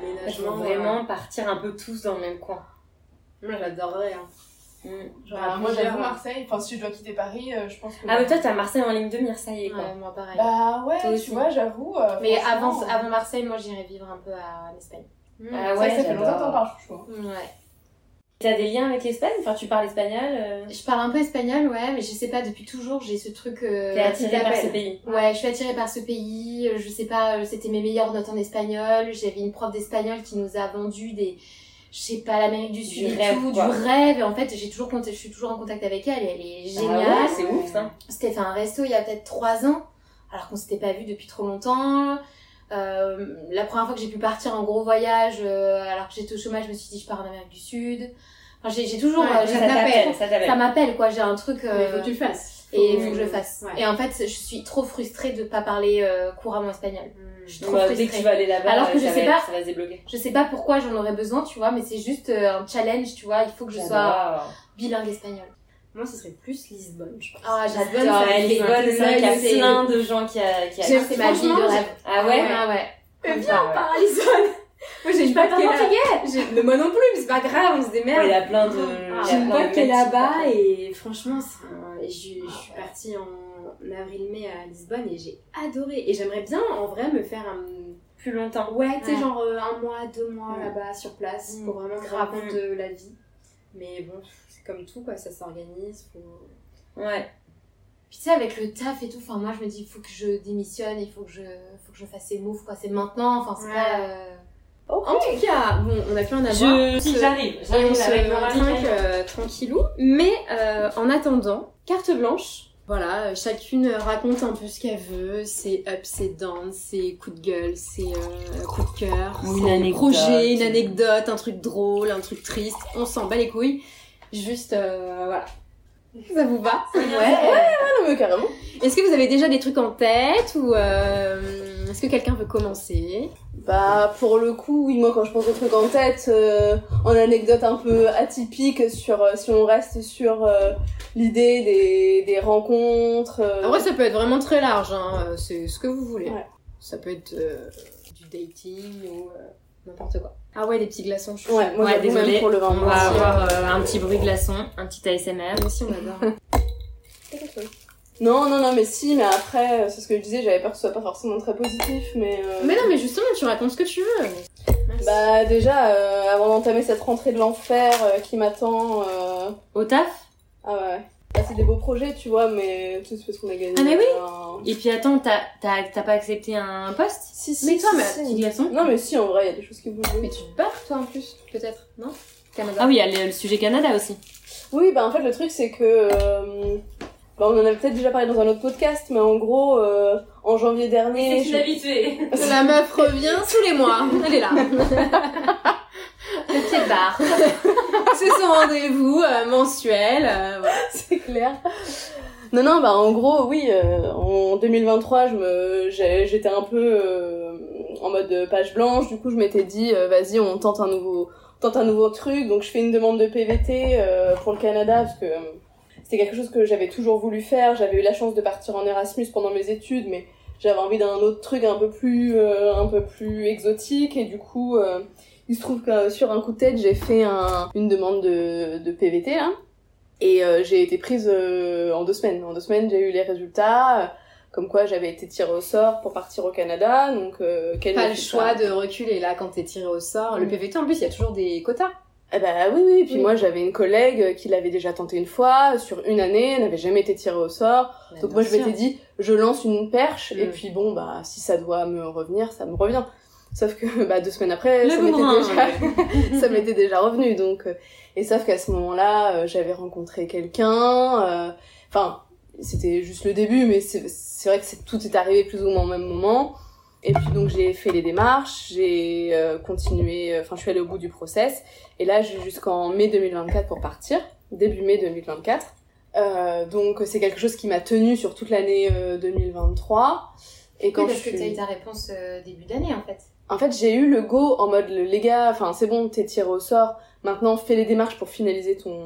Mais Euh, là, Je veux vraiment partir un peu tous dans le même coin. Moi, j'adorerais. Hein. Mm. Bah, Genre, à moi plusieurs, j'avoue ouais. Marseille, enfin si je dois quitter Paris, euh, je pense que... Ah, mais toi, t'as Marseille en ligne de mire, ça y est, quoi. Ouais, moi, pareil. Bah ouais, Toi aussi. tu vois, j'avoue... euh, mais franchement, avant, euh, avant Marseille, moi, j'irais vivre un peu à l'Espagne. Ah ça, ouais, ça fait j'adore. longtemps que t'en parles, je crois. Ouais. T'as des liens avec l'Espagne Enfin, tu parles espagnol euh, Je parle un peu espagnol, ouais, mais je sais pas, depuis toujours, j'ai ce truc. euh, qui T'es attiré par t'appelle. ce pays. Ouais, je suis attirée par ce pays. euh, Je sais pas, euh, c'était mes meilleures notes en espagnol. J'avais une prof d'espagnol qui nous a vendu des. Je sais pas, l'Amérique du Sud, et rêve, tout, quoi. du rêve. Et en fait, j'ai toujours, cont- je suis toujours en contact avec elle et elle est géniale. Ah ouais, c'est ouf, ça. C'était fait un resto il y a peut-être trois ans, alors qu'on s'était pas vu depuis trop longtemps. Euh, la première fois que j'ai pu partir en gros voyage, euh, alors que j'étais au chômage, je me suis dit je pars en Amérique du Sud. Enfin, j'ai j'ai toujours, Ouais, euh, Ah, Ça ça m'appelle, t'appelle, ça ça t'appelle. m'appelle quoi. J'ai un truc Mais euh, faut que tu le fasses. et que- il faut que je le fasse. Ouais. Et en fait, je suis trop frustrée de pas parler euh, couramment espagnol. Hmm. Je suis trop Bah, Dès que tu frustrée. vas aller là-bas, Alors que je ça va sais être- pas. ça va se débloquer. Je sais pas pourquoi j'en aurais besoin, tu vois, mais c'est juste euh, un challenge, tu vois. Il faut que je sois J'adore. bilingue espagnol. Moi, ce serait plus Lisbonne, je pense. Ah, Bonne j'adore. soirée, les les bonnes bonnes soirées, Il y a c'est- plein de gens qui a. qui a- J'aime, c'est ma ville de Franchement, rêve. Ah ouais Ah ouais. Mais viens, Ah ouais. on part à Lisbonne Moi, j'ai une pas pote qui est là. J'ai- Mais moi non plus, mais c'est pas grave, on se Ouais, démerde. Il y a plein de. Ah, il y a j'ai une plein de Ah pote qui est mecs là-bas qui- et franchement, c'est un- et je, je suis partie en avril-mai à Lisbonne et j'ai adoré. Et j'aimerais bien, en vrai, me faire un... Plus longtemps. Ouais, tu sais, Ouais. genre euh, un mois, deux mois Mm. là-bas, sur place, Mm. pour vraiment me Grave. rendre compte de euh, la vie. Mais bon, c'est comme tout, quoi, ça s'organise, faut... Ouais. Puis tu sais, avec le taf et tout, enfin moi je me dis, il faut que je démissionne, il faut que je, faut que je fasse ces moves, quoi. C'est maintenant, enfin c'est Ouais. pas. euh, En tout cas, bon, on a pu en avoir. Je. On se- Si j'arrive. Et on J'arrive se avec mon trinque drink. euh, tranquillou. Mais euh, en attendant, carte blanche. Voilà, euh, chacune raconte un peu ce qu'elle veut, ses ups, ses downs, ses coups de gueule, ses euh, coups de cœur, Ou une ses anecdote. projets, une anecdote, un truc drôle, un truc triste. On s'en bat les couilles. Juste, euh, voilà. Ça vous va Ah non, mais carrément. Est-ce que vous avez déjà des trucs en tête ou euh, est-ce que quelqu'un veut commencer Bah, pour le coup, oui, moi, quand je pense au truc en tête, euh, en anecdote un peu atypique, sur, euh, si on reste sur euh, l'idée des, des rencontres. euh, En Ah vrai, ça peut être vraiment très large, hein. euh, c'est ce que vous voulez. Ouais. Ça peut être euh, du dating ou euh, n'importe quoi. Ah ouais, des petits glaçons chauds. Ouais, moi, Ouais, j'avoue, désolée. même pour le vin. On moi va aussi, avoir euh, un petit bruit glaçon, un petit ASMR. Nous aussi, on adore. euh, Non, non, non, mais si, mais après, euh, c'est ce que je disais, j'avais peur que ce soit pas forcément très positif, mais. euh, mais non, mais justement, tu racontes ce que tu veux. mais- Bah, déjà, euh, avant d'entamer cette rentrée de l'enfer euh, qui m'attend. euh, Au taf Ah ouais. Ah, c'est des beaux projets, tu vois, mais tout c'est parce qu'on a gagné. Ah, mais oui. un- Et puis attends, t'as t'as- t'as pas accepté un poste Si, si, Mais toi, si, mais- si. Petit glaçon Non, mais si, en vrai, il y a des choses qui bougent. Mais tu te barres, toi, en plus, peut-être, non Canada. Ah oui, il y a le, le sujet Canada aussi. Oui, bah en fait, le truc, c'est que. euh, bah, on en avait peut-être déjà parlé dans un autre podcast, mais en gros, euh, en janvier dernier. je- habituée. La meuf revient tous les mois. Elle est là. Le pied de barre. C'est son rendez-vous euh, mensuel. euh, voilà. c'est clair. Non, non, bah en gros, oui, euh, en 2023, je me, j'ai- j'étais un peu euh, en mode page blanche. Du coup, je m'étais dit, euh, vas-y, on tente un nouveau, on tente un nouveau truc. Donc, je fais une demande de PVT euh, pour le Canada parce que euh, c'était quelque chose que j'avais toujours voulu faire. J'avais eu la chance de partir en Erasmus pendant mes études, mais j'avais envie d'un autre truc un peu plus, euh, un peu plus exotique. Et du coup, euh, il se trouve que euh, sur un coup de tête, j'ai fait un- une demande de, de PVT là. Et euh, j'ai été prise euh, en deux semaines. En deux semaines, j'ai eu les résultats, euh, comme quoi j'avais été tirée au sort pour partir au Canada. Donc, euh, quel Pas n'est le pas- choix de reculer là quand t'es tiré au sort. Le PVT, en plus, il y a toujours des quotas. Ah bah oui, oui. Puis Oui. moi, j'avais une collègue euh, qui l'avait déjà tenté une fois, sur une année, elle n'avait jamais été tirée au sort. Donc moi, je m'étais dit, je lance une perche, et Mm. puis bon, bah, si ça doit me revenir, ça me revient. Sauf que bah, deux semaines après, Le ça m'était bourrin. déjà... ça m'était déjà revenu. Donc, euh, et sauf qu'à ce moment-là, euh, j'avais rencontré quelqu'un. euh, Enfin, c'était juste le début, mais c'est c'est vrai que c'est- tout est arrivé plus ou moins au même moment. Et puis donc j'ai fait les démarches, j'ai euh, continué, euh, enfin je suis allée au bout du process. Et là j'ai jusqu'en mai 2024 pour partir, début mai 2024. Euh, donc c'est quelque chose qui m'a tenue sur toute l'année euh, 2023. Et quand Oui, parce je suis... que t'as eu ta réponse euh, début d'année en fait. En fait, j'ai eu le go en mode le- les gars, enfin c'est bon, t'es tiré au sort. Maintenant, fais les démarches pour finaliser ton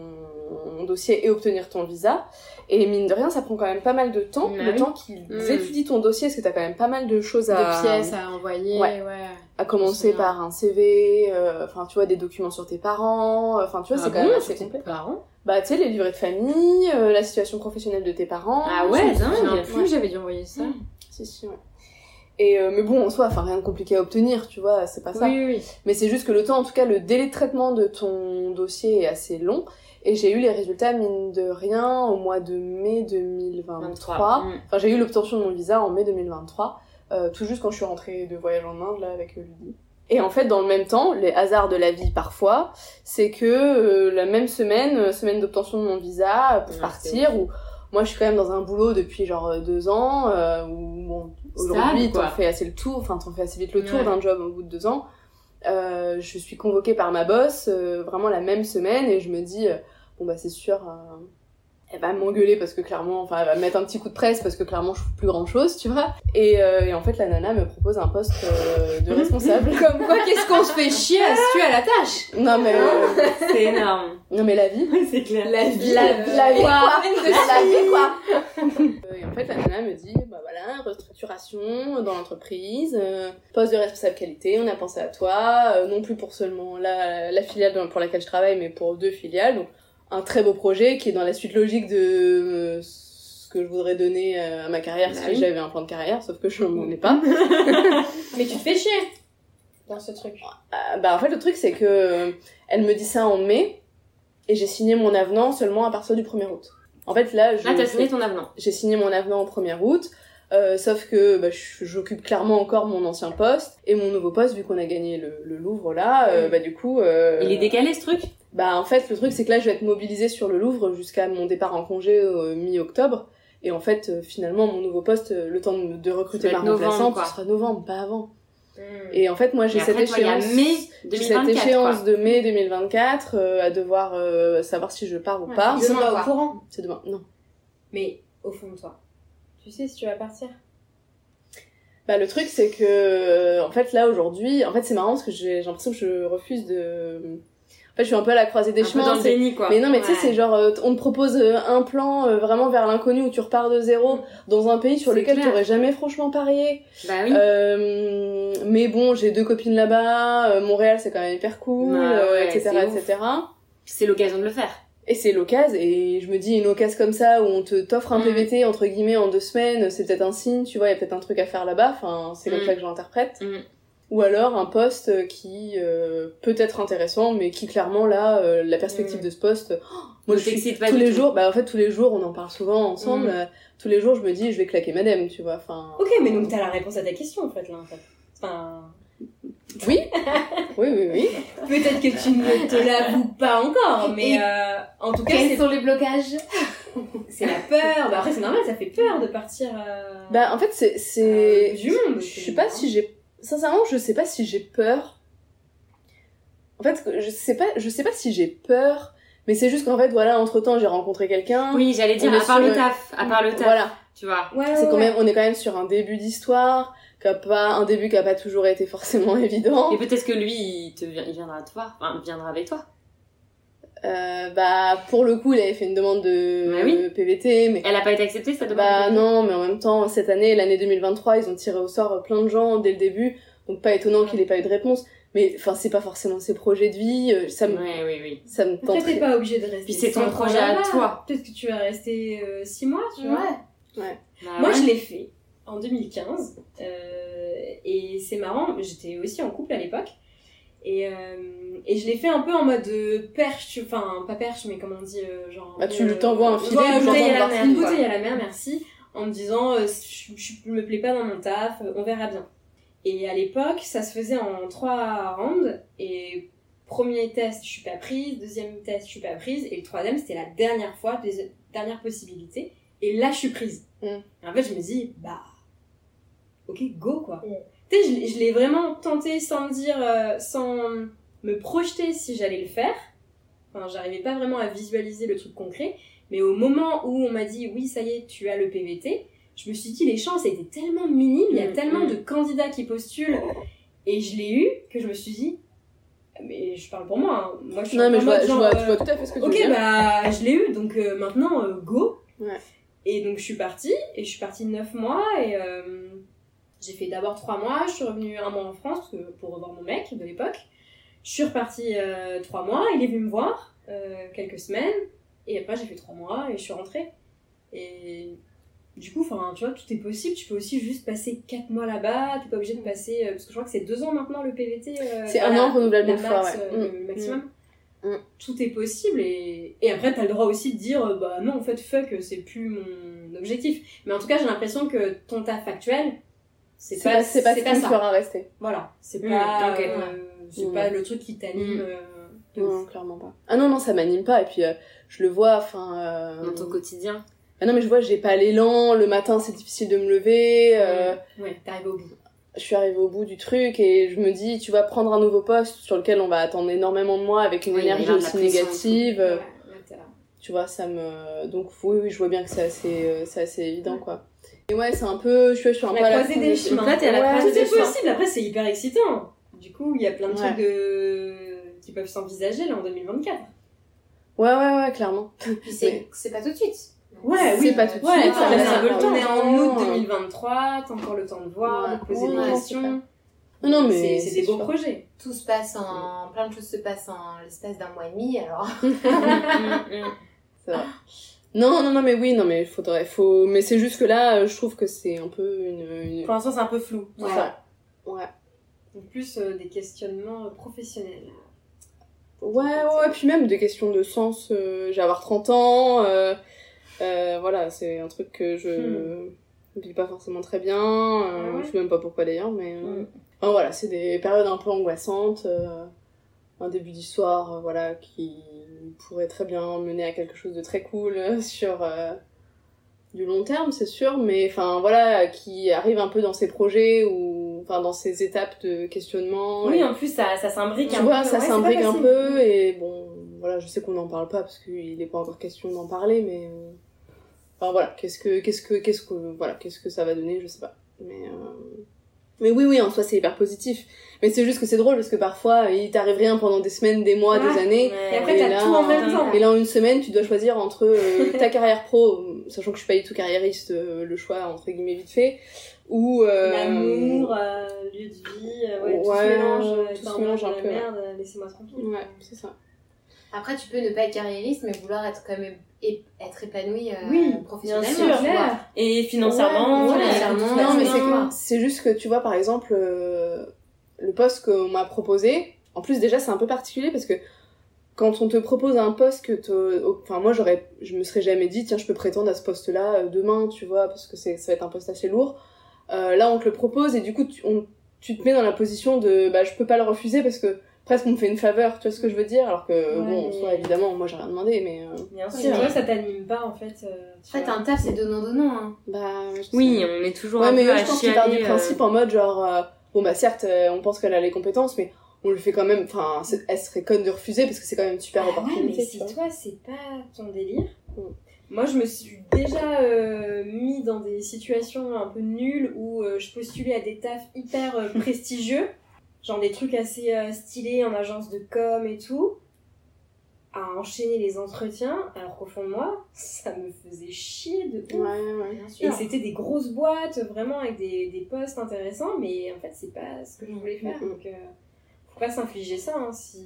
dossier et obtenir ton visa. Et mine de rien, ça prend quand même pas mal de temps, Bah le oui. temps qu'ils Mm. étudient ton dossier, parce que t'as quand même pas mal de choses à De pièces à envoyer, Bah, Ouais. ouais. à C'est commencer bien. par un CV, euh, enfin tu vois des documents sur tes parents, euh, enfin Ah tu vois bah, c'est quand même assez complet. parents. Bah tu sais les livrets de famille, euh, la situation professionnelle de tes parents. Ah ouais, je me souviens dingue. plus. Plus j'avais dû envoyer ça. Si, si, ouais. Et euh, mais bon en soi, enfin rien de compliqué à obtenir, tu vois, c'est pas ça. Oui, oui. Mais c'est juste que le temps, en tout cas, le délai de traitement de ton dossier est assez long. Et j'ai eu les résultats, mine de rien, au mois de mai 2023. 23. Mm. Enfin, j'ai eu l'obtention de mon visa en mai 2023, euh, tout juste quand je suis rentrée de voyage en Inde, là, avec euh, Lydie. Et en fait, dans le même temps, les hasards de la vie parfois, c'est que euh, la même semaine, euh, semaine d'obtention de mon visa euh, pour Ouais, partir, ou moi je suis quand même dans un boulot depuis genre euh, deux ans, euh, où bon, aujourd'hui Stable, quoi. t'en fais assez le tour, enfin t'en fais assez vite le tour Ouais. d'un job au bout de deux ans. Euh, je suis convoquée par ma boss euh, vraiment la même semaine et je me dis euh, bon bah c'est sûr euh, elle va m'engueuler parce que clairement enfin elle va me mettre un petit coup de presse parce que clairement je fais plus grand chose tu vois et, euh, et en fait la nana me propose un poste euh, de responsable Comme quoi, qu'est-ce qu'on se fait chier à se tuer à la tâche non mais euh, C'est énorme. non mais la vie c'est clair. La la vie quoi la Euh, et en fait la nana me dit bah voilà restructuration dans l'entreprise euh, poste de responsable qualité on a pensé à toi euh, non plus pour seulement la, la filiale dans- pour laquelle je travaille mais pour deux filiales donc un très beau projet qui est dans la suite logique de euh, ce que je voudrais donner euh, à ma carrière Bah si oui. j'avais un plan de carrière sauf que je n'en ai pas Mais tu te fais chier. Dans ce truc. Euh, bah en fait le truc c'est que euh, elle me dit ça en mai et j'ai signé mon avenant seulement à partir du 1er août en fait là je Ah, t'as signé ton avenant. j'ai signé mon avenant au 1er août. euh, sauf que bah, je- j'occupe clairement encore mon ancien poste et mon nouveau poste vu qu'on a gagné le, le Louvre là euh, bah du coup euh, Il est décalé ce truc bah en fait le truc c'est que là je vais être mobilisée sur le Louvre jusqu'à mon départ en congé euh, mi-octobre et en fait euh, finalement mon nouveau poste euh, le temps de, de recruter Ça va ma être novembre, remplaçante quoi. ce sera novembre pas avant Hmm. Mm. et en fait moi j'ai Et cette après, toi, il y a échéance mai j'ai cette 2024. échéance quoi. de mai 2024 euh, à devoir euh, savoir si je pars ou Ouais, pas c'est c'est demain, pas quoi. au courant c'est demain non Mais au fond de toi. Tu sais si tu vas partir. Bah le truc c'est que euh, en fait là aujourd'hui en fait c'est marrant parce que j'ai j'ai l'impression que je refuse de en fait je suis un peu à la croisée des Un peu chemins dans le c'est- déni, quoi. mais non mais tu sais Ouais. c'est genre euh, on te propose euh, un plan euh, vraiment vers l'inconnu où tu repars de zéro dans un pays sur C'est lequel clair. t'aurais jamais franchement parié Bah oui. euh, mais bon j'ai deux copines là-bas euh, Montréal c'est quand même hyper cool Bah euh, ouais, etc c'est ouf. etc C'est l'occasion de le faire. et c'est l'occasion, et je me dis, une occasion comme ça, où on te t'offre un Mm. PVT, entre guillemets, en deux semaines, c'est peut-être un signe, tu vois, il y a peut-être un truc à faire là-bas, enfin, c'est comme Mm. ça que je l'interprète. Mm. Ou alors un poste qui euh, peut être intéressant, mais qui clairement, là, euh, la perspective Mm. de ce poste, oh, moi, Ne je suis t'excite pas tous du les tout. Mm. jours, bah en fait, tous les jours, on en parle souvent ensemble, euh, tous les jours, je me dis, je vais claquer madame, tu vois, enfin... Ok, mais donc t'as la réponse à ta question en fait là en fait. Enfin, Oui, oui, oui, oui. peut-être que tu ne te l'avoues pas encore, mais Et- euh, en tout cas Quels c'est- sont les blocages c'est la peur. Bah après c'est normal, ça fait peur de partir. euh, Bah, en fait, c'est... euh, c'est du monde. Je sais pas si j'ai. Sincèrement, je sais pas si j'ai peur. En fait, je sais pas, je sais pas si j'ai peur, mais c'est juste qu'en fait, voilà, entre temps, j'ai rencontré quelqu'un. Oui, j'allais dire On est à part sur le le- taf, à part le taf, Voilà. tu vois. Ouais, C'est quand même, on est quand même sur un début d'histoire, qui a pas, un début qui a pas toujours été forcément évident. Et peut-être que lui il te vi- il viendra te voir, enfin il viendra avec toi. Euh, bah, pour le coup, il avait fait une demande de Bah oui. PVT, mais Elle a pas été acceptée ça demande. Bah non, mais en même temps, cette année, l'année 2023, ils ont tiré au sort euh, plein de gens dès le début, donc pas étonnant qu'il ait pas eu de réponse. Mais enfin, c'est pas forcément ses projets de vie, euh, ça me, Ouais, oui, oui. ça me Après, tente. t'es pas obligé de rester. Puis c'est ton cinq ans projet à là-bas. toi. Peut-être que tu vas rester 6 mois, tu vois. Ouais. Ah Bah Moi, ouais. je l'ai fait. en 2015. euh, et c'est marrant, j'étais aussi en couple à l'époque. Et, euh, et je l'ai fait un peu en mode euh, perche, tu- enfin pas perche, mais comment on dit, euh, genre. Bah, tu euh, lui t'envoies un filet, ouais, tu bouteille à l'envoies la par mer. fil, Une quoi. bouteille à la mer, merci. En me disant, euh, je, je- je me plais pas dans mon taf, euh, on verra bien. Et à l'époque, ça se faisait en trois rounds. Et premier test, je suis pas prise. Deuxième test, je suis pas prise. Et le troisième, c'était la dernière fois, deuxi- dernière possibilité. Et là, je suis prise. Mm. Et En fait, je me dis, bah, ok, go quoi. Tu sais, je, l'ai- je l'ai vraiment tenté sans me dire, euh, sans me projeter si j'allais le faire. Enfin, j'arrivais pas vraiment à visualiser le truc concret. Mais au moment où on m'a dit, oui, ça y est, tu as le PVT, je me suis dit, les chances étaient tellement minimes, il y a Mm, tellement mm. de candidats qui postulent. Et je l'ai eu que je me suis dit, mais je parle pour moi. hein. Moi, je suis Non, mais en je vois, mode je genre, vois, euh, je vois tout à fait ce que tu Ok, veux dire. bah je l'ai eu, donc euh, maintenant euh, go. Ouais. Et donc je suis partie, et je suis partie 9 mois, et euh, j'ai fait d'abord 3 mois, je suis revenue un mois en France parce que- pour revoir mon mec de l'époque. Je suis repartie 3 mois, il est venu me voir euh, quelques semaines, et après j'ai fait 3 mois et je suis rentrée. Et du coup, enfin, tu vois, tout est possible, tu peux aussi juste passer 4 mois là-bas, t'es pas obligé de passer, euh, parce que je crois que c'est 2 ans maintenant le PVT. euh, Mm. C'est voilà, un an renouvelable la une fois, max, ouais. euh, Mm. le maximum Mm. tout est possible et, et après t'as le droit aussi de dire euh, bah non en fait fuck c'est plus mon objectif mais en tout cas j'ai l'impression que ton taf actuel c'est C'est pas, pas c'est pas ce c'est qui pas me ça fera rester. voilà c'est Mm, pas ok. euh, c'est Mm. pas le truc qui t'anime Mm. euh, de ouf. Non, clairement pas. Ah non, non, ça m'anime pas. Et puis, euh, je le vois, enfin. euh, dans ton quotidien. Ah non, mais je vois, j'ai pas l'élan. Le matin, c'est difficile de me lever. euh, ouais t'arrives au bout Je suis arrivée au bout du truc et je me dis, tu vas prendre un nouveau poste sur lequel on va attendre énormément de moi avec une Oui, il va y énergie avoir de la aussi pression et négative. euh, ouais, ouais, t'es là. tu vois ça me donc oui oui je vois bien que c'est assez euh, c'est assez évident quoi et ouais c'est un peu je suis je suis un La peu à croisée des chemins. Donc là, t'es à la Ouais, croisée tout des est chemins. possible après c'est hyper excitant du coup il y a plein de Ouais. trucs de qui peuvent s'envisager là en 2024 ouais ouais ouais clairement Puis c'est c'est pas tout de suite. Ouais, C'est oui, pas tout de ouais, suite, hein. t'as on a encore un peu le On est temps. en août 2023, t'as encore le temps de voir, Ouais. de poser Ouais, des c'est questions. non non mais C'est- c'est des beaux sûr. projets. Tout se passe en. Plein de choses se passent en l'espace d'un mois et demi, alors. Mm, C'est vrai. non non non mais oui non mais faudrait faut mais c'est juste que là euh, je trouve que c'est un peu une, une... Pour l'instant, c'est un peu flou. c'est ça. ouais En plus, euh, des questionnements euh, professionnels. ouais ouais, ouais. puis même des questions de sens euh, j'ai avoir 30 ans euh, euh, voilà c'est un truc que je vis pas forcément très bien euh, Ah Hmm. ouais. je sais même pas pourquoi d'ailleurs mais euh, Mm. Enfin, voilà, c'est des périodes un peu angoissantes, euh, un début d'histoire euh, voilà, qui pourrait très bien mener à quelque chose de très cool euh, sur euh, du long terme, c'est sûr, mais enfin voilà, qui arrive un peu dans ces projets ou enfin dans ces étapes de questionnement. Oui, et- en plus, ça, ça s'imbrique tu hein. un vois, peu. ça Ouais, c'est pas s'imbrique un facile. peu et bon, voilà, je sais qu'on n'en parle pas parce qu'il n'est pas encore question d'en parler, mais euh, enfin voilà, qu'est-ce que, qu'est-ce que, qu'est-ce que, voilà, qu'est-ce que ça va donner, je sais pas. Mais euh, mais oui, oui, en soi c'est hyper positif. Mais c'est juste que c'est drôle parce que parfois il t'arrive rien pendant des semaines, des mois, des Ouais. années. Et après, Et t'as là, tout en même temps. Et là, en une semaine, tu dois choisir entre euh, ta carrière pro, euh, sachant que je suis pas du tout carriériste, euh, le choix entre guillemets vite fait, ou euh, L'amour, euh, lieu de vie, euh, ouais, tout Ouais, se mélange. euh, tout t'es se en mélange mode, un peu, ouais. Merde, euh, laissez-moi tranquille. Ouais, c'est ça. Après, tu peux ne pas être carriériste, mais vouloir être quand même ép- être épanoui euh, Oui, professionnellement. sûr. tu vois. Et financièrement, euh, Ouais, euh, et- financièrement, Non, mais Non. c'est que- c'est juste que tu vois, par exemple, euh, le poste qu'on m'a proposé, en plus, déjà, c'est un peu particulier parce que quand on te propose un poste que te- au- Enfin, moi, j'aurais, je me serais jamais dit, tiens, je peux prétendre à ce poste-là euh, demain, tu vois, parce que c'est- ça va être un poste assez lourd. Euh, là, on te le propose et du coup, tu, on- tu te mets dans la position de, bah, je peux pas le refuser parce que presque on me fait une faveur, tu vois ce que je veux dire, alors que, bon, en mais- soi, évidemment, moi, j'ai rien demandé, mais. euh, Bien Oui, sûr. mais- Tu vois, ça t'anime pas, en fait. euh, tu En fait, vois. un taf, c'est donnant-donnant. Hein. bah, je sais Oui, on est toujours Ouais, un mais peu eux, à je pense qu'ils partent du chialer, euh, principe en mode genre, euh, bon bah certes, euh, on pense qu'elle a les compétences, mais on le fait quand même, enfin, c'est- elle serait conne de refuser parce que c'est quand même une Bah super Ah ouais, opportunité. mais tu si vois. toi, c'est pas ton délire. Mm. Moi, je me suis déjà euh, mis dans des situations un peu nulles où euh, je postulais à des tafs hyper euh, prestigieux, genre des trucs assez euh, stylés en agence de com et tout, à enchaîner les entretiens, alors qu'au fond de moi, ça me faisait chier de Ouais, ouf. ouais. Bien sûr. Et c'était des grosses boîtes, vraiment avec des, des postes intéressants, mais en fait, c'est pas ce que je voulais faire. Mm. Donc, euh, faut pas s'infliger ça hein, si,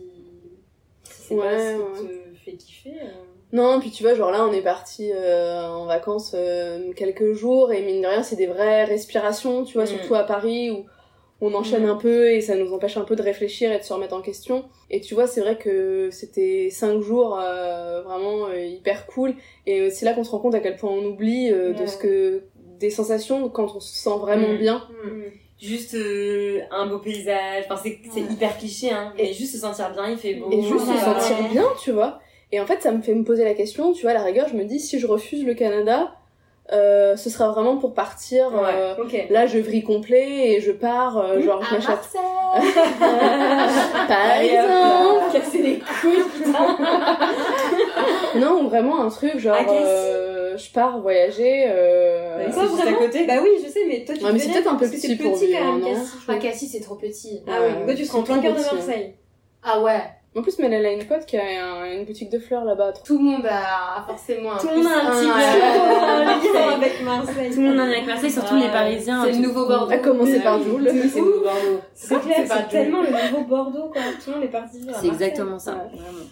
si c'est Ouais, pas ce qui ouais. te fait kiffer. euh. Non, puis tu vois, genre là, on est parti euh, en vacances euh, quelques jours et mine de rien, c'est des vraies respirations, tu vois, Mm. surtout à Paris où on enchaîne un peu et ça nous empêche un peu de réfléchir et de se remettre en question. Et tu vois, c'est vrai que c'était cinq jours euh, vraiment euh, hyper cool et euh, c'est là qu'on se rend compte à quel point on oublie euh, de Ouais. ce que des sensations quand on se sent vraiment Mm. bien. juste euh, un beau paysage. Enfin, c'est c'est hyper cliché, hein. Mais juste se sentir bien, il fait beau. Oh et juste Ouais. se sentir bien, tu vois. Et en fait, ça me fait me poser la question, tu vois, à la rigueur, je me dis, si je refuse le Canada, euh, ce sera vraiment pour partir. euh, ok. Mmh. Là, je vrille complet et je pars, euh, genre, je m'achète. Par Allez, hop exemple. là, Casser les couilles, putain. Non, ou vraiment un truc, genre, Ah, qu'est-ce- euh, je pars voyager. euh, Quoi, juste à vraiment côté. Bah oui, je sais, mais toi tu Ouais, mais te c'est verrais, peut-être un peu parce que petit c'est pour petit vivre, quand même, non Cassis. Ah, Cassis, c'est trop petit. Ah oui, Ouais, toi tu seras en c'est plein cœur de trop petit. Marseille. Ah ouais. En plus, mais elle a une pote qui a un- une boutique de fleurs là-bas. trop- Tout le monde a forcément un Tout le monde a un plus petit euh, ouais. peu de lien Ah, avec Marseille. Tout le monde en est avec Marseille, surtout Ah, les Parisiens. C'est le nouveau Bordeaux. À commencer Ah par oui. Joule. C'est le nouveau Bordeaux. C'est clair, pas c'est du- tellement le nouveau Bordeaux, quoi. Tout le monde est parti vivre à C'est Marseille. exactement ça. Ouais. Vraiment.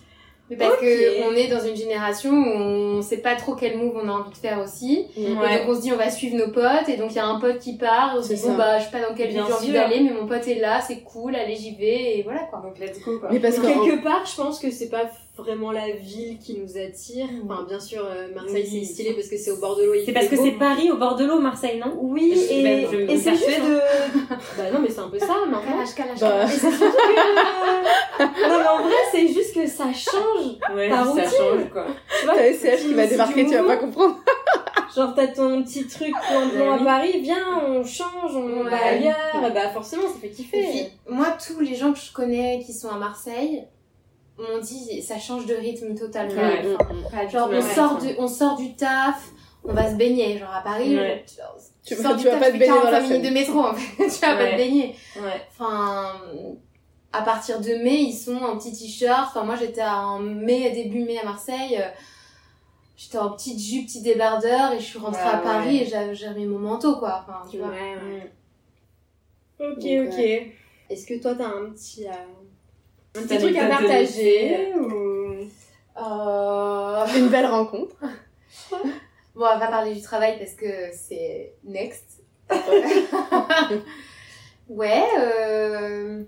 Mais parce Ok. qu'on est dans une génération où on sait pas trop quel move on a envie de faire aussi. Mm. Et donc on se dit on va suivre nos potes et donc il y a un pote qui part, on se C'est dit bon ça. bah je sais pas dans quelle ville Bien j'ai envie sûr. d'aller mais mon pote est là, c'est cool, allez j'y vais et voilà quoi. Donc let's go, quoi. Mais parce que. Quelque part, je pense que c'est pas vraiment la ville qui nous attire. Enfin, bien sûr, euh, Marseille Oui. c'est stylé parce que c'est au bord de l'eau. il C'est fait parce que beau. c'est Paris au bord de l'eau, Marseille, non Oui, Je- et, je vais me et c'est chercher, juste hein. de. bah non, mais c'est un peu ça maintenant. Calage, calage, Bah, calage. non, mais en vrai, c'est juste que ça change. Ouais, Par ça routine. change quoi. Tu vois, T'as SCH c'est- qui va c'est débarquer, du tu vas mouvement. pas comprendre. Genre, t'as ton petit truc plan blanc à Ouais. Paris, viens, on change, on Ouais. va ailleurs. Bah, forcément, ça fait kiffer. Et puis, moi, tous les gens que je connais qui sont à Marseille m'ont dit ça change de rythme totalement. Ouais. Enfin, Pas du Genre, tout on la sort, même du, on sort du taf, on va se baigner. Genre, à Paris, Ouais. tu, Tu sors vas- du tu vas taf, pas te fais baigner dans 45 la minutes Seine. de métro, en fait. tu vas pas Ouais. te baigner. façon. Ouais. Enfin, à partir de mai, ils sont en petit t-shirt. Enfin, moi, j'étais en mai, début mai à Marseille. euh, J'étais en petite jupe, petit débardeur et je suis rentrée Ouais, Ah à Paris ouais. et j'avais j'avais mon manteau, quoi. Enfin, tu euh, vois. Ok, Donc, euh, ok. Est-ce que toi, t'as un petit, euh, un Petite petit truc à anecdote de partager ou... Euh, Une belle rencontre. Bon, on va pas parler du travail parce que c'est next. ouais, euh,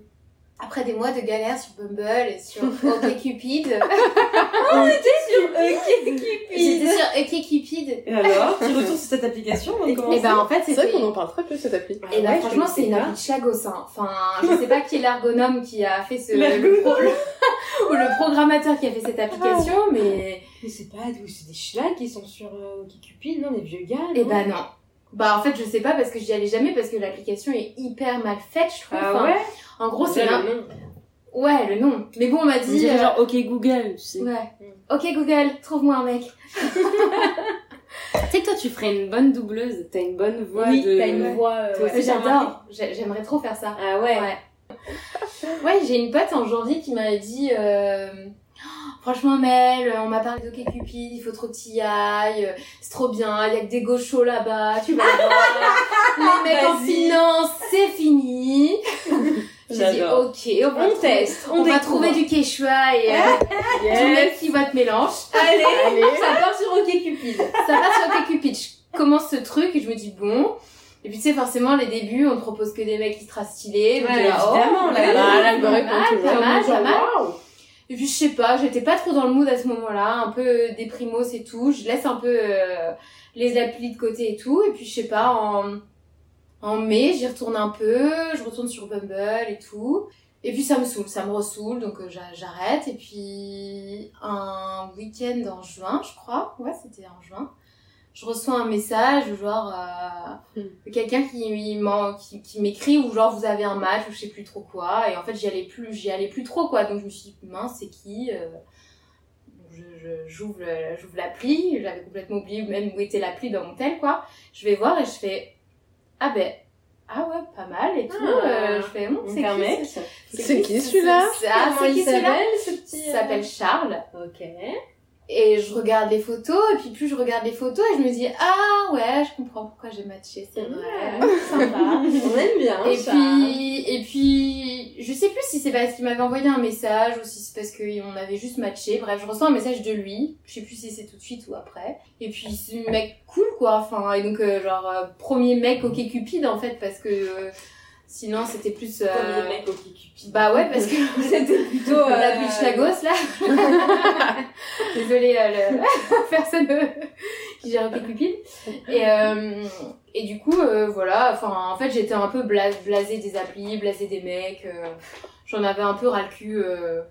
après des mois de galère sur Bumble et sur OkCupid, j'étais sur OkCupid. Et alors Petit retour sur cette application on commence. Eh Et ben en fait, C'est vrai c'était. qu'on en parle très peu de cette appli. Et ben Ouais, je franchement, c'est une connaissais appli de chagos. hein. Enfin, je sais pas qui est l'ergonome qui a fait ce. L'ergonome. le pro- le- Ou le programmateur qui a fait cette application, mais. Mais c'est pas d'où c'est des schlags qui sont sur euh, OkCupid, non, des vieux Ah gars. Et non ben non. Bah en fait, je sais pas parce que j'y allais jamais parce que l'application est hyper mal faite, je trouve. hein. Ah Enfin, ouais En gros, c'est Déjà, l'un- le nom. Ouais, le nom. Mais bon, on m'a On dit. dirait euh, genre OK Google, tu sais. Ouais. Mm. Ok Google, trouve-moi un mec. Tu sais que toi tu ferais une bonne doubleuse, t'as une bonne voix Oui, de. t'as une voix. euh, ouais. C'est J'adore. J'ai- J'aimerais trop faire ça. Ah ouais. Ouais. Ouais, j'ai une pote en janvier qui m'a dit. euh, Oh, Franchement, Mel, euh, on m'a parlé d'OkCupid, il faut trop que t'y ailles, euh, c'est trop bien, il y a que des gauchos là-bas, tu vas voir. Les mecs en Vas-y. finance, c'est fini. J'ai dit, J'adore. ok, on va, On trouver- teste, on on, va découvre. trouver du quechua et euh, du mec qui va te mélange. Allez, Allez. ça part sur OkCupid. ça va sur OkCupid. Je commence ce truc et je me dis bon. Et puis tu sais forcément les débuts, on te propose que des mecs ultra stylés. Donc, Ouais, je dis, oh, évidemment, là, ouais, là, pas l'algorithme, mal, tu vois, pas mal, genre, pas mal. Et puis je sais pas, j'étais pas trop dans le mood à ce moment-là, un peu euh, déprimo c'est tout. Je laisse un peu euh, les applis de côté et tout. Et puis je sais pas en en mai, j'y retourne un peu, je retourne sur Bumble et tout. Et puis ça me saoule, ça me ressoule, donc euh, j'a- j'arrête. Et puis un week-end en juin, je crois, ouais, c'était en juin, je reçois un message, genre euh, de quelqu'un qui, m'en- qui, qui m'écrit ou genre vous avez un match ou je sais plus trop quoi. Et en fait j'y allais plus, j'y allais plus trop quoi. Donc je me suis dit mince c'est qui euh, donc, je, je- j'ouvre, le- j'ouvre l'appli, j'avais complètement oublié même où était l'appli dans mon tel quoi. Je vais voir et je fais ah ben ah ouais pas mal et tout. Ah. Euh, je fais Hum, c'est qui, ce- C'est qui celui-là c'est- Ah, Comment c'est il qui celui-là s'appelle, ce petit euh, Il s'appelle Charles. Ok. Et je regarde les photos, et puis plus je regarde les photos, et je me dis, ah ouais, je comprends pourquoi j'ai matché, c'est vrai, sympa. On aime bien. Et ça. puis, et puis, je sais plus si c'est parce qu'il m'avait envoyé un message ou si c'est parce qu'on avait juste matché. Bref, je reçois un message de lui. Je sais plus si c'est tout de suite ou après. Et puis, c'est un mec cool, quoi. Enfin, et donc, euh, genre, euh, premier mec ok cupide, en fait, parce que euh, sinon, c'était plus... euh, Comme les mecs OkCupid. Bah ouais, parce que c'était plutôt. euh, la bitch la gosse là désolée euh, le- personne euh, qui gère les cupides et euh, et du coup euh, voilà enfin en fait j'étais un peu bla- blasée des applis blasée des mecs euh, j'en avais un peu ras le cul euh.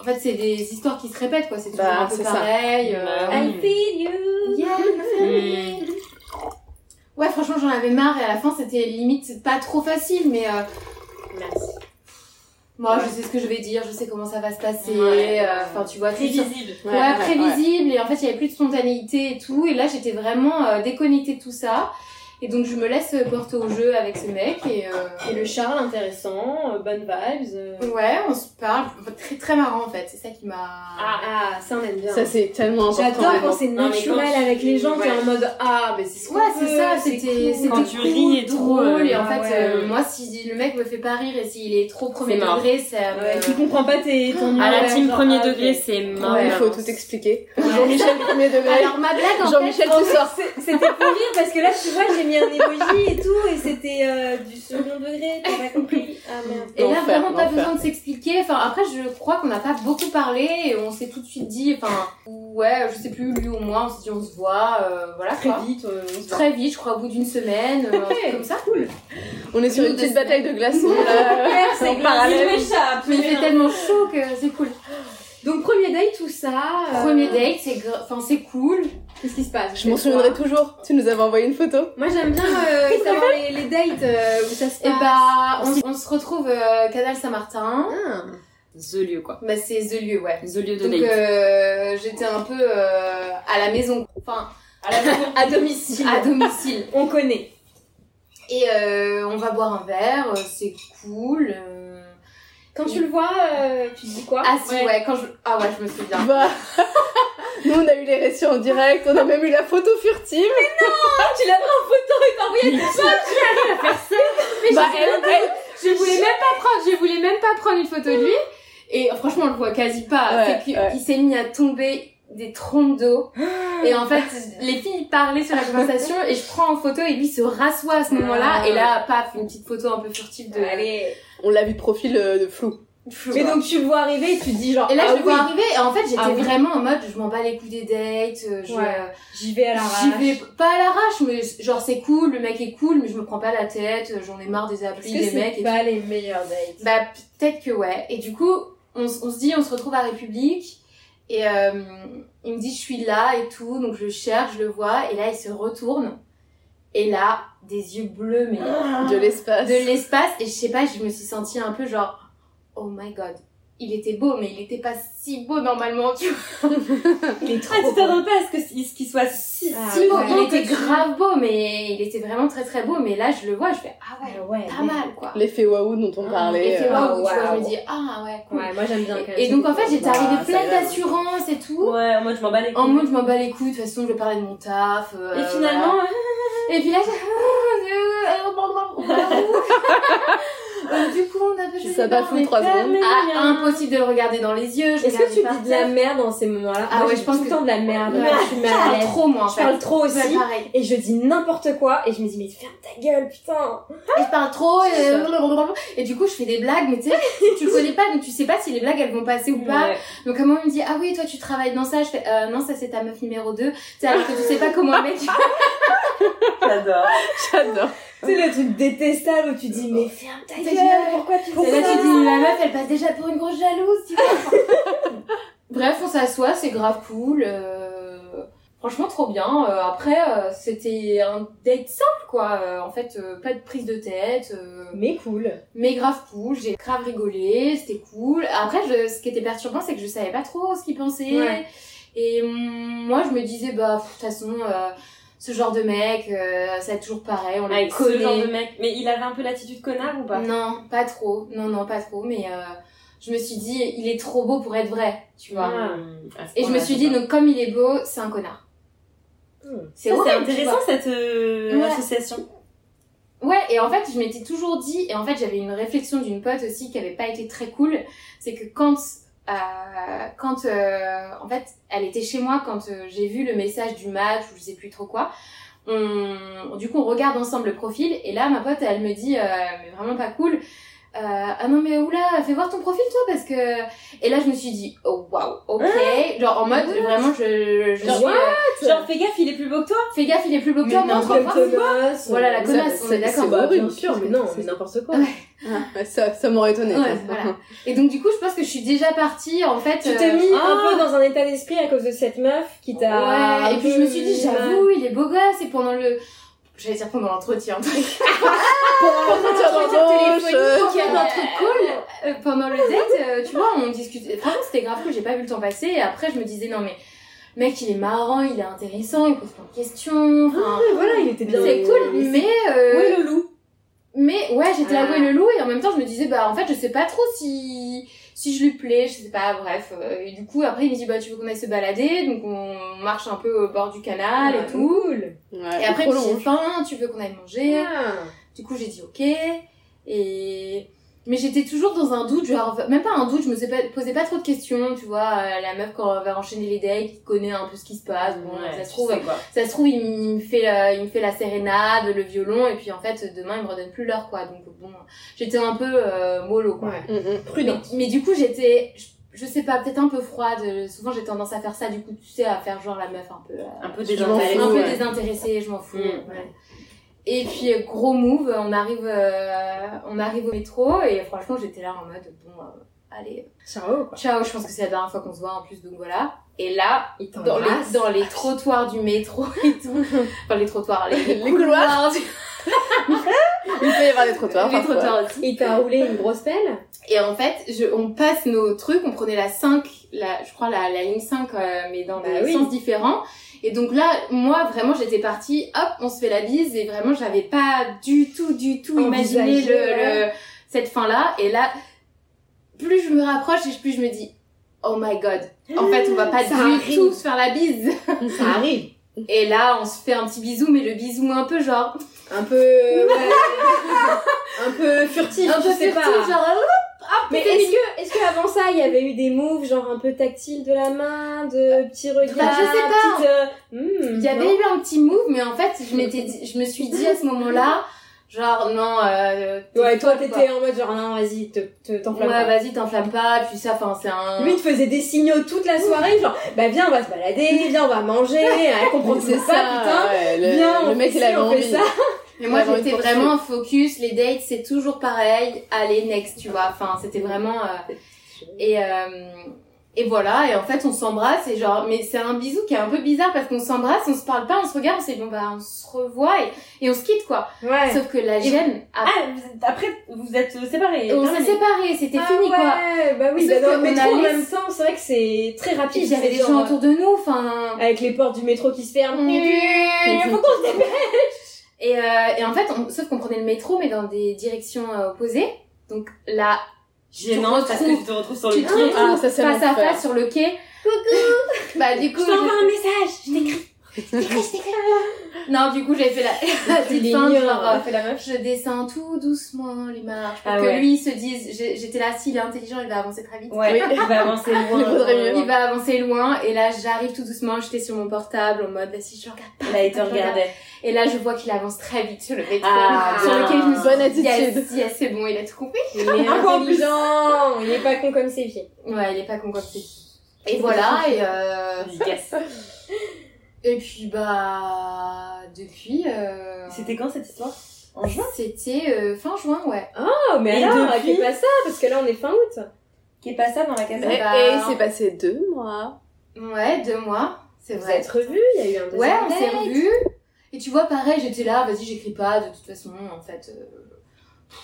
en fait c'est des histoires qui se répètent quoi c'est toujours Bah, un peu c'est ça. pareil euh. Bah I feel you. Yeah, Mm. Ouais, franchement, j'en avais marre et à la fin, c'était limite pas trop facile, mais. euh, Merci. Moi, Ouais. je sais ce que je vais dire, je sais comment ça va se passer. Ouais. euh, Enfin, tu vois, tu sens- Prévisible. Ouais, prévisible et en fait il y avait plus de spontanéité et tout et là j'étais vraiment euh, déconnectée de tout ça et donc je me laisse euh, porter au jeu avec ce mec et, euh, Et le Charles intéressant, euh, bonne vibes. euh. ouais on se parle Enfin, très très marrant en fait c'est ça qui m'a Ah, ah, ça on aime bien. Ça, c'est tellement important. J'adore quand vraiment. c'est Non, mais quand naturel tu- avec les gens, t'es ouais. en mode ah, mais c'est ce qu'on ouais c'est veut, ça c'était cool. c'était Quand tu cool, ris et tout, drôle euh, et en ah fait ouais. euh, moi si le mec me fait pas rire et s'il est trop premier C'est mort. degré ça me... Ouais, tu comprends pas tes, ton À la humeur, team genre, premier ah, ok. degré, c'est mort. Ouais, Il faut vraiment. tout expliquer. Ouais. Jean-Michel, premier degré. alors ma blague en fait Jean-Michel, En tu fait, sors. c'est- C'était pour rire parce que là, tu vois, j'ai mis un emoji et tout, et c'était euh, du second degré, t'as pas compris. Ah merde. oh, Et là, L'enfer, vraiment pas l'enfer. besoin de s'expliquer. Enfin, après, je crois qu'on n'a pas beaucoup parlé et on s'est tout de suite dit, enfin, ouais, je sais plus, lui ou moi, on s'est dit on se voit, euh, voilà Très quoi. vite, euh, on se voit. Très vite, je crois, au bout d'une semaine, euh, un truc comme ça. On est sur une Deux petite semaines. bataille de glaçons, là. c'est En parallèle. Il m'échappe. Mais il fait tellement chaud que c'est cool. hein. Donc, premier date, tout ça. euh, Premier date, c'est gra- enfin, c'est cool. Qu'est-ce qui se passe Je m'en souviendrai toujours. Tu nous avais envoyé une photo. Moi, j'aime bien euh, savoir les, les dates euh, où ça se passe. Et bah, on, s- on se retrouve euh, Canal Saint-Martin. The lieu, quoi. Bah, c'est The Lieu, ouais. The lieu de Donc, date. euh, j'étais un peu euh, à la maison, enfin, À, la maison, à domicile. à domicile. On connaît. Et euh, on va boire un verre, euh, c'est cool. euh, Quand tu le vois, euh, tu te dis quoi Ah si, ouais. quand je... Ah ouais, je me souviens. Bah. Nous, on a eu les récits en direct, on a même eu la photo furtive. Tu l'as pris en photo et t'as envoyé Bah, elle, elle- Je voulais même pas prendre, je voulais même pas prendre une photo de lui. Et franchement, on le voit quasi pas. Ouais, c'est qu'il ouais. il s'est mis à tomber des trompes d'eau. et en fait, les filles parlaient sur la conversation et je prends en photo et lui se rassoit à ce moment-là. Ah. Et là, paf, une petite photo un peu furtive de... Allez. On l'a vu de profil euh, de flou. Flou. Mais donc, tu le vois arriver et tu te dis genre. Et là, ah je le vois oui, arriver et en fait, j'étais Ah oui. vraiment en mode, je m'en bats les coups des dates, euh, je... Ouais. J'y vais à l'arrache. J'y vais pas à l'arrache, mais genre c'est cool, le mec est cool, mais je me prends pas la tête, j'en ai marre des Parce applis, que des mecs. c'est et pas les meilleurs dates. Bah peut-être que ouais. Et du coup, on, s- on se dit, on se retrouve à République. Et euh, il me dit, je suis là et tout. Donc je le cherche, je le vois. Et là, il se retourne. Et là, des yeux bleus, mais De l'espace. de l'espace. Et je sais pas, je me suis sentie un peu genre, oh my god. Il était beau, mais il était pas si beau normalement, tu vois. il est trop ah, tu t'attends pas à ce que- ce qu'il soit si Si si beau, bon il que était tu- grave beau, mais il était vraiment très très beau. Mais là, je le vois, je fais, ah ouais, Ah ouais. pas mal quoi. L'effet waouh dont on Et parlait. fait, euh, waouh. waouh, tu vois, je me waouh. dis, ah ouais, cool. Ouais, euh, moi j'aime bien quand même. Et donc en fait j'étais Bah, arrivée ça pleine va. d'assurance et tout. Ouais, en mode je m'en bats les En mode je m'en bats les couilles, de toute façon je vais parler de mon taf. euh, Et finalement, hein, voilà. Et ah, puis là euh, j'ai... Euh, du coup on a fait... Ça bat fou trois secondes. Ah, impossible de le regarder dans les yeux. je Est-ce que regardais tu par dis de la terre. merde dans ces moments-là Ah Moi, ouais, je je pense dis tout que- le temps de la merde. Ouais. Je suis Je mal à parle l'aise. trop moi en Je fait. parle trop Ouais, aussi. pareil. Et je dis n'importe quoi. Et je me dis, mais ferme ta gueule, putain. Et je parle trop euh, et, et du coup je fais des blagues mais tu sais tu le connais pas donc tu sais pas si les blagues elles vont passer ou pas Ouais. Donc à un moment, il me dit ah oui toi tu travailles dans ça je fais euh, non ça c'est ta meuf numéro 2 c'est alors que tu sais pas comment le mec J'adore. J'adore. Tu sais, le truc détestable où tu dis, mais ferme ta Ta gueule, gueule. pourquoi tu Et fais là, ça ah, tu dis, la meuf, elle passe déjà pour une grosse jalouse, tu vois. Bref, on s'assoit, c'est grave cool. euh, Franchement, trop bien. Euh, après, euh, c'était un date simple, quoi. Euh, en fait, euh, pas de prise de tête. euh, Mais cool. Mais grave cool, j'ai grave rigolé, c'était cool. Après, je- ce qui était perturbant, c'est que je savais pas trop ce qu'il pensait. Ouais. Et mm, moi, je me disais, bah, pff, de toute façon, euh, ce genre de mec, euh, ça va être toujours pareil, on les Avec connaît. ce genre de mec. Mais il avait un peu l'attitude connard ou Mm. pas Non, pas trop. Non, non, pas trop. Mais euh, je me suis dit, il est trop beau pour être vrai, tu vois. Ah. Et Oh je me suis dit, donc comme il est beau, c'est un connard. C'est Ça, c'est intéressant intéressant, cette Ouais. association. Ouais, et en fait, je m'étais toujours dit, et en fait, j'avais une réflexion d'une pote aussi qui avait pas été très cool, c'est que quand, euh, quand, euh, en fait, elle était chez moi quand euh, j'ai vu le message du match ou je sais plus trop quoi. On, du coup, on regarde ensemble le profil, et là, ma pote, elle me dit, euh, mais vraiment pas cool. euh, ah non mais oula, fais voir ton profil toi parce que et là je me suis dit oh waouh ok genre en mode vraiment je je Genre, suis, euh, Genre, fais gaffe, il est plus beau que toi. fais gaffe il est plus beau que toi montre moi connasse. Voilà, la Ça, connasse, on c'est- est d'accord. c'est- bah, Horrible. Bien sûr, mais non, mais n'importe quoi. Ouais, Ça, ça m'aurait étonné. Ouais, ça. voilà. Et donc du coup, je pense que je suis déjà partie en fait. Tu euh, t'es mis ah, un peu dans un état d'esprit à cause de Ah, cette meuf qui t'a. Ouais. un Et puis je me peu- suis dit, j'avoue, il est beau gosse. Et pendant le, J'allais dire pendant l'entretien. Pendant Sur le téléphone, l'entretien d'embauche, pendant un truc cool, euh, pendant le date, euh, tu vois, on discutait. Franchement, c'était grave cool, j'ai pas vu le temps passer. Et après, je me disais, non, mais le mec, il est marrant, il est intéressant, il pose plein de questions. enfin, Ah, voilà, il était bien. c'est cool, mais. euh, Oui, le loup. Mais ouais, j'étais là Ah. où est le loup et en même temps, je me disais, bah en fait, je sais pas trop si, si je lui plais, je sais pas, bref. euh, Et du coup, après, il me dit, bah tu veux qu'on aille se balader, donc on marche un peu au bord du canal et tout. Cool. Ouais, Et après, il trop me dit, long. hein. Ah. j'ai faim, tu veux qu'on aille manger. Du coup, j'ai dit ok. Et mais j'étais toujours dans un doute, genre même pas un doute, je me sais pas- posais pas trop de questions, tu vois, euh, la meuf quand on va enchaîner les dates, qui connaît un peu ce qui se passe, Ah, bon, ça se trouve, quoi. ça se trouve il, m- il me fait la, il me fait la sérénade, le violon et puis en fait demain il me redonne plus l'heure quoi. Donc bon, j'étais un peu euh, mollo quoi. Ouais. Mm, mm. Prudent. Mais, mais du coup, j'étais je, je sais pas, peut-être un peu froide, souvent j'ai tendance à faire ça du coup, tu sais à faire genre la meuf un peu euh, Un peu Je m'en désintéressé. un fous, peu ouais. désintéressée, je m'en fous. Mm. ouais. Et puis euh, gros move, on arrive, euh, on arrive au métro et franchement j'étais là en mode bon, euh, allez, Ciao, quoi. ciao. Je pense que c'est la dernière fois qu'on se voit en plus, donc voilà. Et là, Il dans les, dans les trottoirs du métro et tout, enfin les trottoirs, les, les Les couloirs, couloirs. du- Il peut y avoir des trottoirs. les parfois. trottoirs aussi. Il t'a roulé une grosse pelle Et en fait, je, on passe nos trucs, on prenait la 5, la, je crois la, la ligne 5, euh, mais dans des Bah oui. sens différents. Et donc là, moi, vraiment, j'étais partie, hop, on se fait la bise, et vraiment, j'avais pas du tout, du tout Envisagé, imaginé le, ouais. le- cette fin-là. Et là, plus je me rapproche, et plus je me dis, oh my god, en fait, on va pas Ça du arrive. tout se faire la bise. Ça arrive. Et là, on se fait un petit bisou, mais le bisou un peu genre, Un peu. ouais. un peu furtif, un je peu sais pas. furtif, genre, hop, hop, Mais t'es est-ce que, est-ce que avant ça, il y avait eu des moves genre un peu tactiles de la main, de petits regards, Bah, je sais pas. petite, euh, hmm, Il y avait non eu un petit move, mais en fait, je m'étais, dit- je me suis dit à ce moment-là, genre non. Euh, t'es Ouais, toi folle, t'étais en mode genre non, vas-y, te- te- quoi. t'enflamme Ouais, pas. vas-y, t'enflamme pas. Puis ça, enfin, c'est un. Lui, il te faisait des signaux toute la soirée, genre, bah viens, on va se balader, viens, on va manger, elle comprend C'est toujours ça, pas, putain. ouais, le, Viens, le on mec fait il ci, avait on fait envie. ça. mais moi, Ouais, j'étais ouais, vraiment focus. Les dates, c'est toujours pareil. Allez, next, tu vois. Enfin, c'était vraiment. euh, et euh, et voilà. Et en fait, on s'embrasse et genre, mais c'est un bisou qui est un peu bizarre parce qu'on s'embrasse, on se parle pas, on se regarde, on s'est dit, bon bah, on se revoit et, et on se quitte quoi. Ouais. Sauf que la gêne. a- Ah, vous êtes- après, vous êtes euh, séparés. on s'est terminé. séparés, c'était Ah fini ouais, quoi. bah oui, Sauf bah dans qu'on le métro allait- en même temps, c'est vrai que c'est très Puis rapide. il y avait c'est Ah, des genre, gens autour de nous, enfin. Euh, Avec les portes du métro qui se ferment. Et, Pourquoi on se dépêche euh, et en fait, on- sauf qu'on prenait le métro, mais dans des directions euh, opposées. Donc là, Gênant parce que tu te retrouves sur le tu te retrouves Ah, ça, c'est face à l'enfer. face sur le quai. Coucou Bah du coup... Ah, Je t'envoie un message. Je t'écris. je- Non, du coup, j'ai fait la, la petite fin, l'ignores. genre... euh, fait la meuf. je descends tout doucement les marches pour Ah que ouais. lui se dise... j'ai- J'étais là, s'il est intelligent, il va avancer très vite. Ouais, il va avancer loin. Il faudrait mieux. Il va avancer loin et là j'arrive tout doucement, j'étais sur mon portable en mode bah, si je regarde pas. Là, il te je regarde regardait. Et là je vois qu'il avance très vite sur le métro. Ah. sur lequel je me suis Bonne dit, yes, attitude. yes, c'est bon, il a tout compris. Il est intelligent. Il est pas con comme ses filles. Ouais, il est pas con comme c'est. Et voilà, et euh... Efficace. Et puis bah... Depuis... Euh... C'était quand cette histoire en juin C'était euh, fin juin, ouais. Oh, mais Et alors, depuis- fais pas ça, parce que là, on est fin août. Qui est pas ça dans la Et, case Bah, et il s'est passé deux mois. Ouais, deux mois, c'est Vous vrai. êtes revus, il y a eu un deuxième Ouais, on s'est date. revus. Et tu vois, pareil, j'étais là, vas-y, j'écris pas, de toute façon, en fait... euh,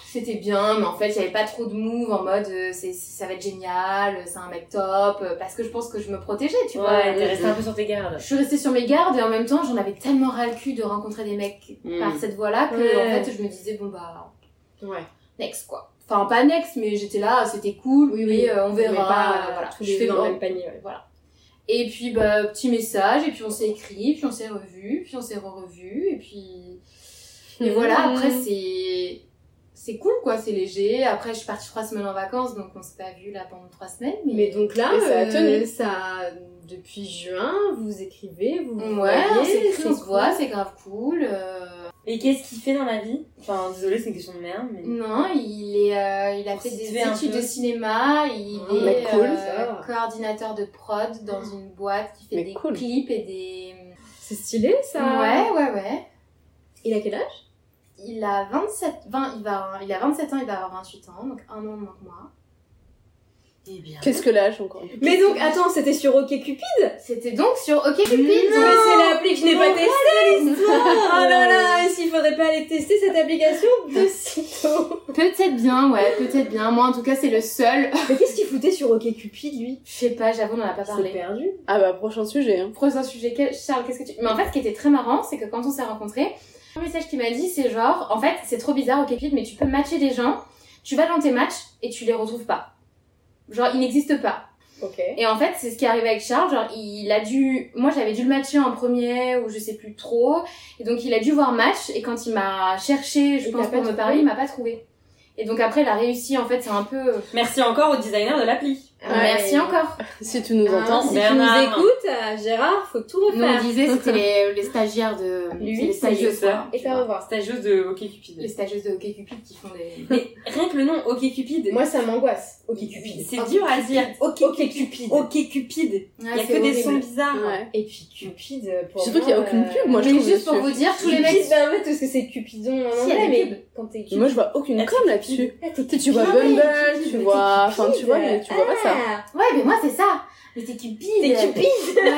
C'était bien, mais en fait, il y avait pas trop de move en mode euh, c'est ça va être génial, euh, c'est un mec top, euh, parce que je pense que je me protégeais, tu vois. Ouais, t'es resté un peu sur tes gardes. Je suis restée sur mes gardes et en même temps, j'en avais tellement ras le cul de rencontrer des mecs Mm. par cette voie-là que Hmm. Ouais. en fait, je me disais bon bah Ouais. next quoi. Enfin pas next mais j'étais là, c'était cool, oui, mais euh, on verra, Mais pas, euh, voilà. tous Je les fais deux dans le bon. même panier, ouais. Et puis bah petit message et puis on s'est écrit, puis on s'est revu, puis on s'est re-revu et puis et voilà, Hmm. après c'est c'est cool quoi, c'est léger. Après je suis partie trois semaines en vacances donc on s'est pas vu là pendant trois semaines mais, Mais donc là, Et ça a euh, tenu. ça- depuis juin, vous écrivez, vous vous ouais, on voyez, s'écrit, on c'est se voit, c'est grave cool. euh, Et qu'est-ce qu'il fait dans la vie Enfin, désolé, c'est une question de merde, mais. Mm. Non, il, est, euh, il a fait des Prostitué un études peu. de cinéma, il Ah, Oh, est mais bah, cool, euh, ça. coordinateur de prod dans une boîte qui fait Mais des cool. clips et des... C'est stylé, ça. Ouais, ouais, ouais. Il a quel âge Il a 27, 20, il, va, il a 27 ans, il va avoir 28 ans, donc un an de moins que moi. Eh bien. Qu'est-ce que l'âge encore Mais donc, attends, c'était sur OkCupid C'était donc sur OK Cupid Mais c'est l'appli que je n'ai pas testée Oh là là, est-ce qu'il tester cette application de sitôt. Peut-être bien, ouais, peut-être bien. Moi, en tout cas, c'est le seul. Mais qu'est-ce qu'il foutait sur OkCupid, lui Je sais pas, j'avoue, on en a pas C'est parlé. perdu. Ah bah, prochain sujet. hein. Prochain sujet, quel- Charles, qu'est-ce que tu. Mais en fait, ce qui était très marrant, c'est que quand on s'est rencontrés, le message qu'il m'a dit, c'est genre, en fait, c'est trop bizarre, ok, Pete, mais tu peux matcher des gens, tu vas dans tes matchs et tu les retrouves pas. Genre, ils n'existent pas. Ok. Et en fait, c'est ce qui est arrivé avec Charles. Genre, il a dû. Moi, j'avais dû le matcher en premier ou je sais plus trop. Et donc, il a dû voir match. Et quand il m'a cherché, je Il pense, t'a pour pas me trouvé. parler, il m'a pas trouvé. Et donc, après, il a réussi. En fait, c'est un peu. euh, Merci encore au designer de l'appli. Merci encore. Si tu nous Ah, entends. si Bernard. tu nous écoutes, euh, Gérard, faut tout Nous, on refaire. disait, c'était les, les stagiaires de. Lui, c'est les c'est stagieuses, ça. quoi, Et tu faire vois. revoir. Stagieuse de OkCupid. Les stagieuses de OkCupid qui font des. Mais rien que le nom OkCupid, Moi, ça m'angoisse. Ok, Cupid. c'est dur à dire. OkCupid. OkCupid. Ouais, Il y a Ah, c'est que des horrible. sons bizarres. Ouais. Et puis Cupid, euh, pour Surtout qu'il y a moi, aucune euh, pub, moi je Mais trouve. juste pour dessus. vous dire, tous les mecs. Cupid, bah ouais, parce que c'est Cupidon en Si, il y a anglais, des mais quand t'es Moi je vois aucune Ah, com là-dessus. Cupid, Tu vois Bumble, tu vois. Enfin, tu vois, mais tu vois pas ça. Ouais, mais moi, c'est ça. Mais t'es cupide. T'es cupide.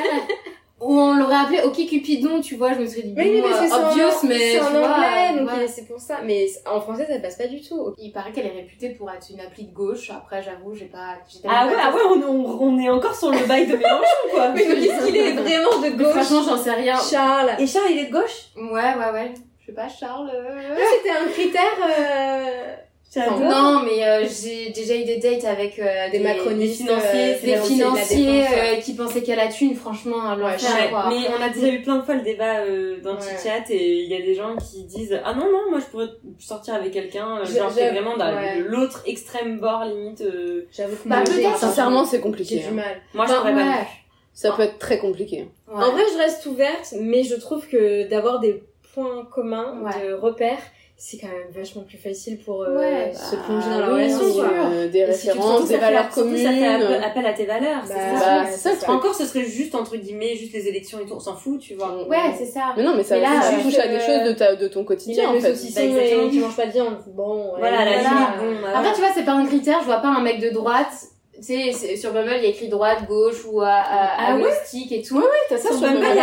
Ouais. Ou on l'aurait appelé OK Cupidon, tu vois, je me serais dit, Oui, mais bon, parce que c'est euh, obvious, en, mais c'est en tu vois, anglais, euh, donc voilà. euh, c'est pour ça. Mais c- en français, ça passe pas du tout. Il paraît qu'elle est réputée pour être une appli de gauche, après j'avoue, j'ai pas... j'ai tellement Ah pas ouais, ah ouais, on, on- on est encore sur le bail de Mélenchon, quoi. Mais qu'est-ce qu'il est vraiment de Mais Franchement, gauche j'en sais rien. Charles, Et Charles, il est de gauche Ouais, ouais, ouais. Je sais pas, Charles... euh, Ça, c'était un critère euh, J'adore. Non, mais euh, j'ai déjà eu des dates avec euh, des macronistes, des financiers, euh, des financiers de la financiers défense, ouais. euh, qui pensaient qu'à la thune, franchement, l'enfer, Ouais, quoi. mais on a déjà eu plein de fois le débat euh, dans le petit Ouais. chat et il y a des gens qui disent ah non non moi je pourrais sortir avec quelqu'un euh, Je- genre c'est je- vraiment dans ouais. l'autre extrême bord limite euh, J'avoue que Bah, moi, peut-être. j'ai- Sincèrement, c'est j'ai compliqué. du hein. mal. moi je Bah, pourrais pas ouais. non plus. Ça peut être très compliqué. Ouais. En vrai, je reste ouverte, mais je trouve que d'avoir des points communs, Ouais. de repères, c'est quand même vachement plus facile pour euh, Ouais. se plonger dans la oui, relation. quoi. c'est sûr. Ah Euh, Des Et si tu- surtout, références, ça des fait- valeurs surtout, ça fait appel, communes. appel à tes valeurs c'est Bah, ça. Bah, c'est ça le truc. encore ce serait juste entre guillemets juste les élections et tout on s'en fout tu vois bah, Ouais, c'est ça. Mais non, mais ça Mais là, ça euh, touche à des euh, choses de ta- de ton Il quotidien aime en le fait. saucisson Bah, exactement. et tu manges pas de viande. Bon, voilà à la Voilà. limite bon bah, voilà. Après, tu vois, c'est pas un critère. Je vois pas un mec de droite. Tu sais, c'est- sur Bumble, il y a écrit droite, gauche ou à, à, Ah ouais agnostique et tout. t'as ça sur Bumble. Bumble.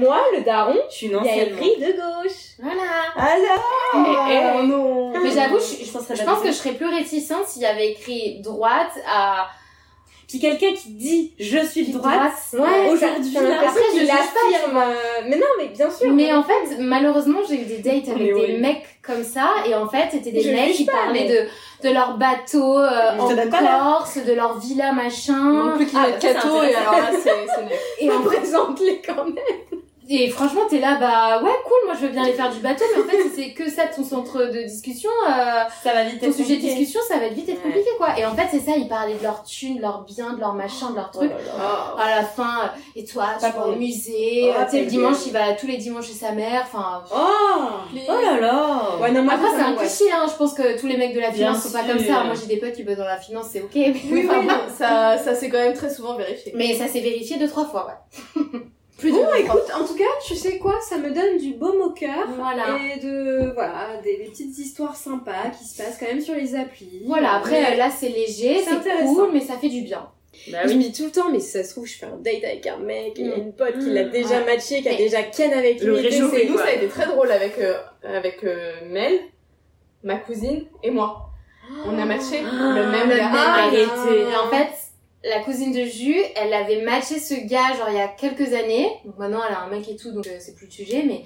Moi, le daron, je suis une il y a ancienne écrit de gauche. Eh, Voilà. euh, alors non Mais j'avoue, je, je, Ça serait je pas pense que je serais plus réticente s'il y avait écrit droite à puis quelqu'un qui dit je suis de droite Ouais, aujourd'hui, t'as- t'as l'impression après, je qu'il juge pas, affirme. euh, Mais non, mais bien sûr. Mais en fait, malheureusement, j'ai eu des dates avec Mais des oui. mecs comme ça, et en fait, c'était des Je mecs juge qui pas, parlaient de, de leur bateau euh, Je te en donne pas la- Corse, de leur villa machin. Non plus qu'il Ah, y ait ça, c'est cato et alors là, c'est c'est net. Et en fait, présente-les quand même. Et franchement, t'es là, bah ouais, cool, moi je veux bien aller faire du bateau, mais en fait, si c'est que ça ton centre de discussion, euh, ça va vite ton être sujet de compliqué. discussion, ça va être vite être Ouais. compliqué quoi. Et en fait, c'est ça, ils parlaient de leur thune, de leur bien, de leur machin, de leur truc. À la fin, euh, et toi, Pas tu vas pour au nous. musée, Oh, euh, tu sais, le pour dimanche, nous. il va tous les dimanches chez sa mère, enfin. Oh Oh là là Ouais, non, moi, Après, ça, c'est ça un m'angoisse. cliché, hein. Je pense que tous les mecs de la Bien finance sont pas sûr. comme ça. Moi, j'ai des potes qui bossent dans la finance, c'est ok. Mais, Oui, oui, non, ça, ça s'est quand même très souvent vérifié. mais ça s'est vérifié deux, trois fois, ouais. Plus de Bon, écoute, en tout cas, tu sais quoi, ça me donne du baume au cœur. Voilà. Et de, voilà, des, des petites histoires sympas qui se passent quand même sur les applis. Voilà, après, Mais- euh, là, c'est léger, c'est C'est intéressant. cool, mais ça fait du bien. Ah Je me dis tout le temps, mais si ça se trouve, je fais un date avec un mec, et il y Mm. a une pote qui l'a Mmh, déjà matché, qui a Mais- déjà ken avec Le lui. et réchauffe- c'est- Oui, nous, quoi. ça a été très drôle avec, euh, avec euh, Mel, ma cousine et moi. On a matché Ah. le même Le gars. même Ah, gars. arrêtez. Et en fait, la cousine de Jus, elle avait matché ce gars, genre, il y a quelques années. Donc maintenant, elle a un mec et tout, donc euh, c'est plus le sujet, mais.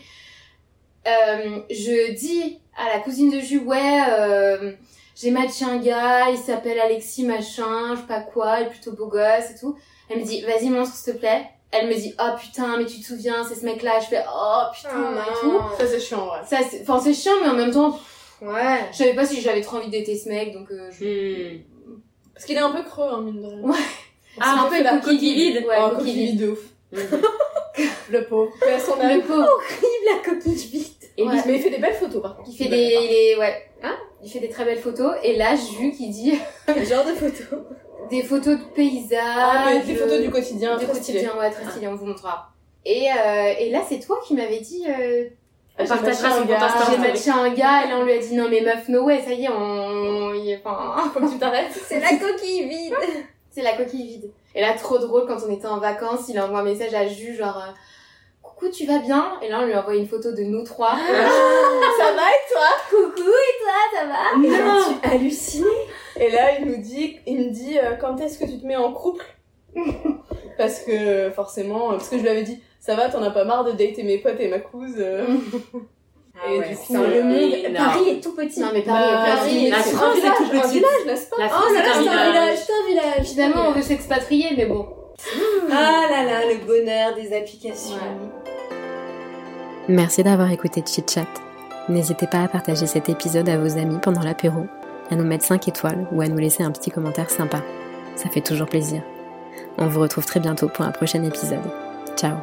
euh, je dis à la cousine de Jus, ouais, euh, j'ai matché un gars, il s'appelle Alexis machin, je sais pas quoi, il est plutôt beau gosse et tout. Elle me dit, vas-y, montre, s'il te plaît. Elle me dit, oh putain, mais tu te souviens, c'est ce mec-là. Je fais, oh putain, Ah. Ah. et tout. Ça, c'est chiant, ouais. Ça, c'est- enfin, c'est chiant, mais en même temps, Ouais. je savais pas si j'avais trop envie d'aider ce mec, donc euh, je... Hmm. Parce qu'il est un peu creux, hein, mine de rien. Ouais. Ah, un peu la coquille vide. Ouais, oh, coquille coquille vide. vide de ouf. le pauvre. Mais à son âge. Le pauvre. la coquille vide. Et Mais il fait des belles photos, par contre. Il fait Des des, belles il est- ouais, Hein? il fait des très belles photos. Et là, Jus qui dit Quel genre de photo des photos de paysages, Ah, mais des photos du quotidien, du très stylé. quotidien, ouais, très stylé. On vous montrera. Et, euh, et là, c'est toi qui m'avais dit. Euh, Ah, On partagera son compte j'ai Insta. matché un gars, et là on lui a dit non mais meuf no way, ça y est, on, il est- enfin, faut que tu t'arrêtes. C'est la coquille vide. C'est la coquille vide. Et là, trop drôle, quand on était en vacances, il envoie un Ah. message à Jus, genre, euh, coucou, tu vas bien Et là, on lui envoie une photo de nous trois. ça va et toi Coucou et toi, ça va Non halluciné Et là, il nous dit, il me dit, euh, quand est-ce que tu te mets en couple Parce que forcément, euh, parce que je lui avais dit, ça va, t'en as pas marre de dater mes potes et ma couse. euh. Ah et ouais, du c'est coup, un euh, monde énorme. Paris est tout petit. mais Bah, Paris, La c'est France un est village, tout un petit. village, n'est-ce pas La Oh France là est là, un c'est un village. village, c'est un village. Finalement, on veut s'expatrier, mais bon. Ah là là, le bonheur des applications. Merci d'avoir écouté Chit Chat. N'hésitez pas à partager cet épisode à vos amis pendant l'apéro, à nous mettre 5 étoiles ou à nous laisser un petit commentaire sympa. Ça fait toujours plaisir. On vous retrouve très bientôt pour un prochain épisode. Ciao